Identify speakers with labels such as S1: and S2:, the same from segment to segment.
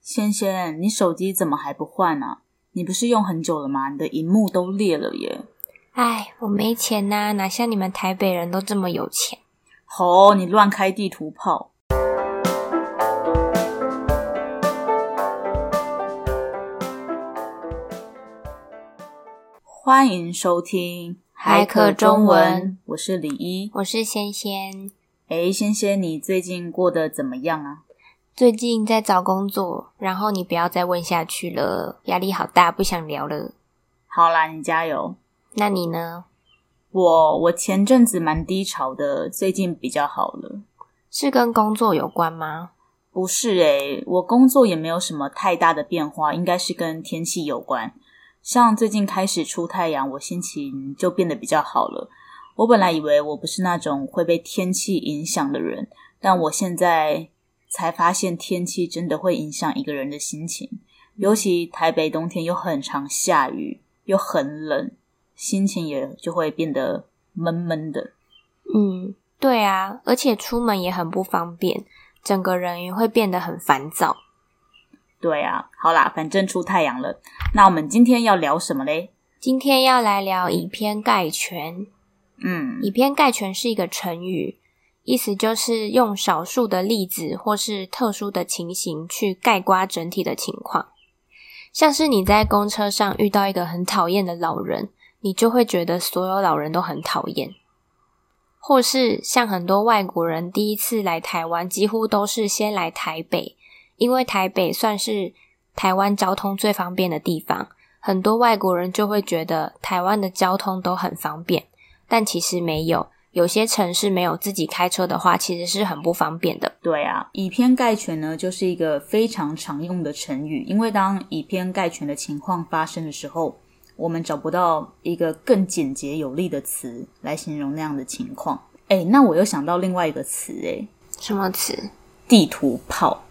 S1: 仙仙，你手机怎么还不换啊？你不是用很久了吗？你的荧幕都裂了耶！
S2: 哎，我没钱呐、哪像你们台北人都这么有钱？
S1: 吼，哦你乱开地图炮！欢迎收听
S2: 骇客中文，
S1: 我是李一。
S2: 我是仙仙，
S1: 诶，仙仙，你最近过得怎么样啊？
S2: 最近在找工作，然后你不要再问下去了，压力好大，不想聊了。
S1: 好啦，你加油！
S2: 那你呢？
S1: 我我前阵子蛮低潮的，最近比较好了。
S2: 是跟工作有关吗？
S1: 不是诶、我工作也没有什么太大的变化，应该是跟天气有关。像最近开始出太阳，我心情就变得比较好了。我本来以为我不是那种会被天气影响的人，但我现在才发现天气真的会影响一个人的心情。尤其台北冬天又很常下雨，又很冷，心情也就会变得闷闷的。
S2: 嗯，对啊，而且出门也很不方便，整个人也会变得很烦躁。
S1: 对啊，好啦，反正出太阳了。那我们今天要聊什么嘞？
S2: 今天要来聊以偏概全。
S1: 嗯
S2: 以偏概全是一个成语，意思就是用少数的例子或是特殊的情形去概括整体的情况。像是你在公车上遇到一个很讨厌的老人，你就会觉得所有老人都很讨厌；或是像很多外国人第一次来台湾，几乎都是先来台北，因为台北算是台湾交通最方便的地方，很多外国人就会觉得台湾的交通都很方便。但其实没有。有些城市没有自己开车的话，其实是很不方便的。
S1: 对啊，以偏概全呢，就是一个非常常用的成语。因为当以偏概全的情况发生的时候，我们找不到一个更简洁有力的词来形容那样的情况。哎，那我又想到另外一个词，哎，
S2: 什么词？
S1: 地图炮。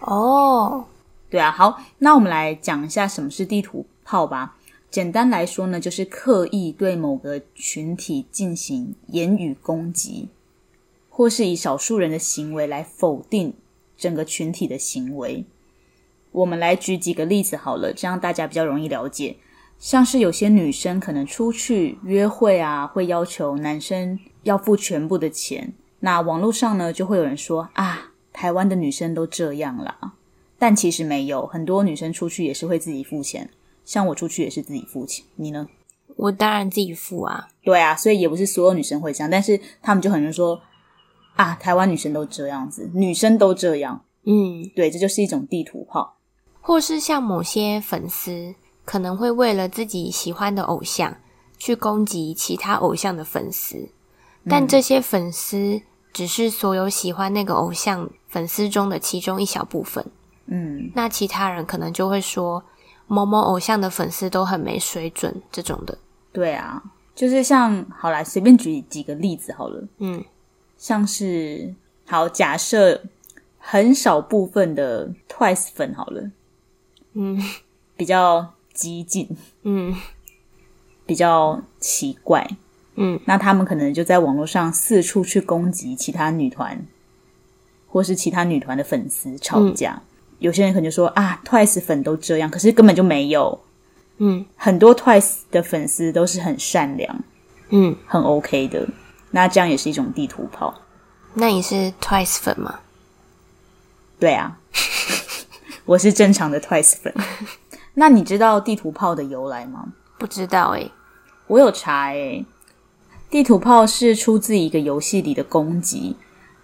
S2: 哦，
S1: 对啊，好，那我们来讲一下什么是地图炮吧。简单来说呢，就是刻意对某个群体进行言语攻击，或是以少数人的行为来否定整个群体的行为。我们来举几个例子好了，这样大家比较容易了解。像是有些女生可能出去约会啊，会要求男生要付全部的钱。那网络上呢，就会有人说啊，台湾的女生都这样啊啦。但其实没有，很多女生出去也是会自己付钱，像我出去也是自己付钱。你呢？
S2: 我当然自己付啊。
S1: 对啊，所以也不是所有女生会这样，但是她们就很多人说啊，台湾女生都这样子，女生都这样。
S2: 嗯，
S1: 对，这就是一种地图炮。
S2: 或是像某些粉丝可能会为了自己喜欢的偶像去攻击其他偶像的粉丝，但这些粉丝只是所有喜欢那个偶像粉丝中的其中一小部分。
S1: 嗯，
S2: 那其他人可能就会说某某偶像的粉丝都很没水准这种的。
S1: 对啊，就是像好啦，随便举几个例子好了，
S2: 嗯，
S1: 像是好假设很少部分的 Twice 粉好了，
S2: 嗯
S1: 比较激进，
S2: 嗯
S1: 比较奇怪，
S2: 嗯，
S1: 那他们可能就在网络上四处去攻击其他女团，或是其他女团的粉丝吵架。有些人可能就说啊，Twice 粉都这样，可是根本就没有。
S2: 嗯
S1: 很多 Twice 的粉丝都是很善良、
S2: 嗯，
S1: 很 OK 的，那这样也是一种地图炮。
S2: 那你是 Twice 粉吗？
S1: 对啊，我是正常的 Twice 粉。那你知道地图炮的由来吗？
S2: 不知道欸诶、
S1: 我有查诶、地图炮是出自一个游戏里的攻击。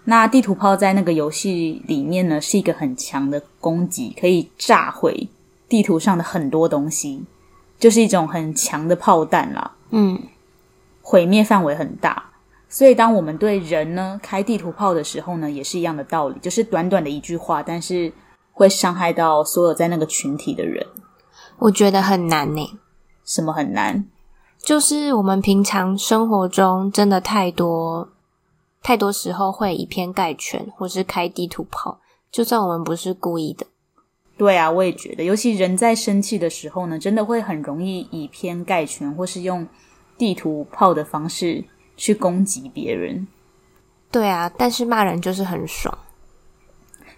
S1: 那地图炮在那个游戏里面呢，是一个很强的攻击，可以炸毁地图上的很多东西，就是一种很强的炮弹啦，
S2: 嗯
S1: 毁灭范围很大。所以，当我们对人呢开地图炮的时候呢，也是一样的道理，就是短短的一句话，但是会伤害到所有在那个群体的人。
S2: 我觉得很难呢、
S1: 什么很难？
S2: 就是我们平常生活中真的太多太多时候会以偏概全，或是开地图炮，就算我们不是故意的。
S1: 对啊，我也觉得，尤其人在生气的时候呢，真的会很容易以偏概全，或是用地图炮的方式去攻击别人。
S2: 对啊，但是骂人就是很爽。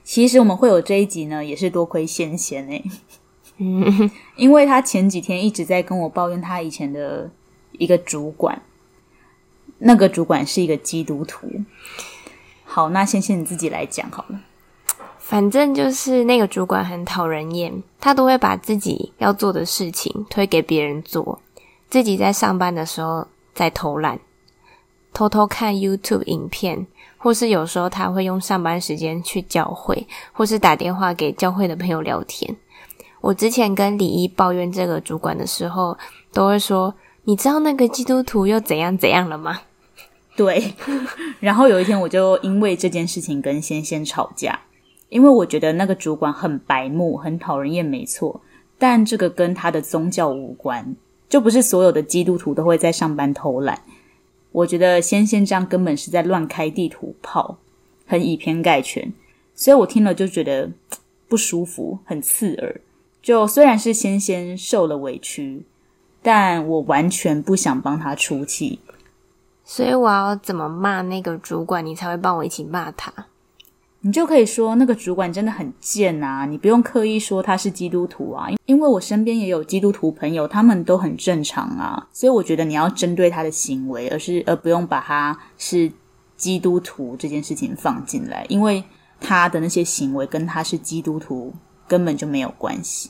S1: 其实我们会有这一集呢，也是多亏仙贤哎，
S2: 嗯，
S1: 因为他前几天一直在跟我抱怨他以前的一个主管，那个主管是一个基督徒。好，那仙仙你自己来讲好了。
S2: 反正就是那个主管很讨人厌，他都会把自己要做的事情推给别人做，自己在上班的时候在偷懒，偷偷看 YouTube 影片，或是有时候他会用上班时间去教会，或是打电话给教会的朋友聊天。我之前跟李一抱怨这个主管的时候，都会说：“你知道那个基督徒又怎样怎样了吗
S1: 对， 然后有一天我就因为这件事情跟仙仙吵架，因为我觉得那个主管很白目，很讨人厌，没错，但这个跟他的宗教无关，就不是所有的基督徒都会在上班偷懒。我觉得仙仙这样根本是在乱开地图炮，很以偏概全，所以我听了就觉得不舒服，很刺耳。就虽然是仙仙受了委屈，但我完全不想帮他出气。？”
S2: 所以我要怎么骂那个主管，你才会帮我一起骂他？
S1: 你就可以说那个主管真的很贱啊！你不用刻意说他是基督徒啊，因因为我身边也有基督徒朋友，他们都很正常啊。所以我觉得你要针对他的行为，而是而不用把他是基督徒这件事情放进来，因为他的那些行为跟他是基督徒根本就没有关系。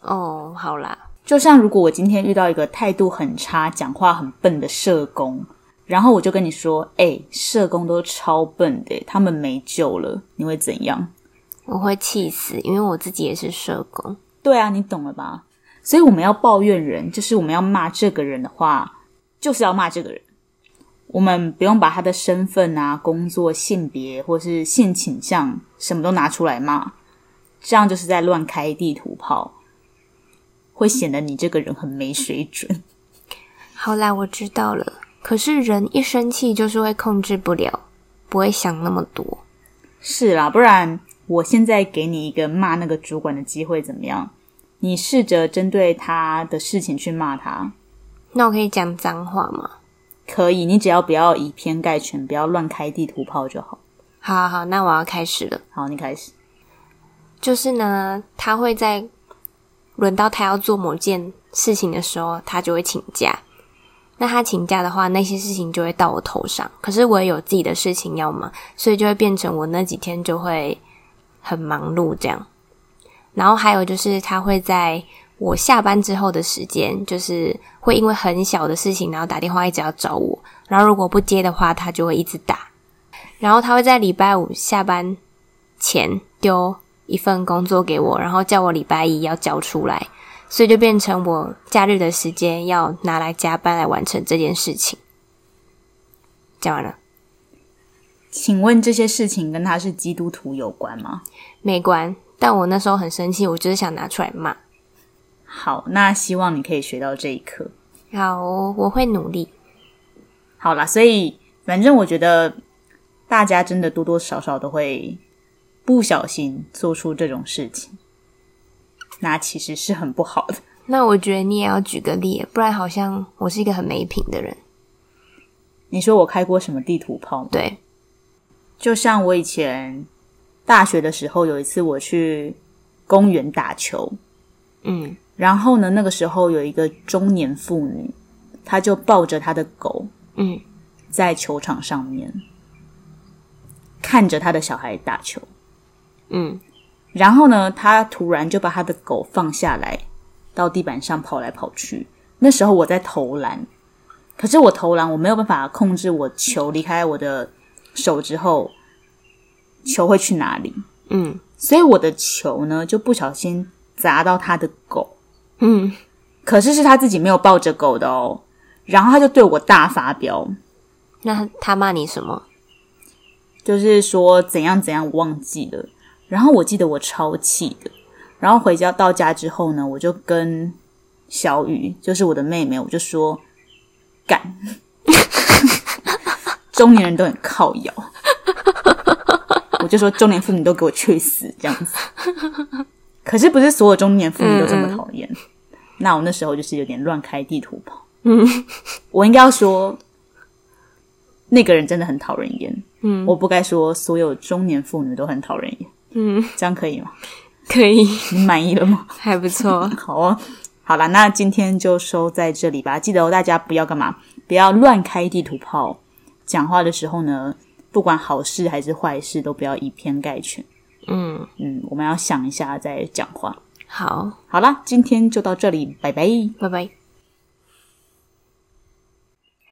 S2: 哦，好啦，
S1: 就像如果我今天遇到一个态度很差、讲话很笨的社工，然后我就跟你说：“哎、社工都超笨的，他们没救了。”你会怎样？
S2: 我会气死，因为我自己也是社工。
S1: 对啊，你懂了吧？所以我们要抱怨人，就是我们要骂这个人的话，就是要骂这个人。我们不用把他的身份啊、工作、性别或是性倾向什么都拿出来骂，这样就是在乱开地图炮，会显得你这个人很没水准。
S2: 好啦，我知道了。可是人一生气就是会控制不了，不会想那么多。
S1: 是啦，不然我现在给你一个骂那个主管的机会，怎么样？你试着针对他的事情去骂他，
S2: 那我可以讲脏话吗？
S1: 可以，你只要不要以偏概全，不要乱开地图炮就好。
S2: 好好好，那我要开始了。
S1: 好，你开始。
S2: 就是呢，他会在轮到他要做某件事情的时候，他就会请假。那他请假的话，那些事情就会到我头上。可是我也有自己的事情要忙，所以就会变成我那几天就会很忙碌这样。然后还有就是，他会在我下班之后的时间，就是会因为很小的事情，然后打电话一直要找我。然后如果不接的话，他就会一直打。然后他会在礼拜五下班前丢一份工作给我，然后叫我礼拜一要交出来，所以就变成我假日的时间要拿来加班来完成这件事情。讲完了，
S1: 请问这些事情跟他是基督徒有关吗？
S2: 没关。但我那时候很生气，我就是想拿出来骂。
S1: 好，那希望你可以学到这一课。
S2: 好，我会努力。
S1: 好啦，所以反正我觉得大家真的多多少少都会不小心做出这种事情，那其实是很不好的。
S2: 那我觉得你也要举个例，不然好像我是一个很没品的人。
S1: 你说我开过什么地图炮吗？
S2: 对，
S1: 就像我以前大学的时候，有一次我去公园打球，
S2: 嗯，
S1: 然后呢，那个时候有一个中年妇女，她就抱着她的狗，
S2: 嗯，
S1: 在球场上面看着她的小孩打球。
S2: 嗯，
S1: 然后呢，她突然就把她的狗放下来，到地板上跑来跑去。那时候我在投篮，可是我投篮我没有办法控制我球离开我的手之后，球会去哪里，
S2: 嗯，
S1: 所以我的球呢就不小心砸到她的狗。
S2: 嗯，
S1: 可是是他自己没有抱着狗的哦。然后他就对我大发飙，
S2: 那他他骂你什么？
S1: 就是说怎样怎样，我忘记了。然后我记得我超气的。然后回家到家之后呢，我就跟小雨，就是我的妹妹，我就说干， 中年人都很靠摇，我就说中年妇女都给我去死这样子。可是不是所有中年妇女都这么讨厌。那我那时候就是有点乱开地图炮。
S2: 嗯，
S1: 我应该要说，那个人真的很讨人厌。
S2: 嗯，
S1: 我不该说所有中年妇女都很讨人厌。
S2: 嗯，
S1: 这样可以吗？
S2: 可以，
S1: 你满意了吗？
S2: 还不错。
S1: 好哦，好啦，那今天就收在这里吧。记得哦，大家不要干嘛，不要乱开地图炮。讲话的时候呢，不管好事还是坏事，都不要以偏概全。
S2: 嗯，
S1: 嗯，我们要想一下再讲话。
S2: 好，
S1: 好啦，今天就到这里，拜拜。
S2: 拜拜。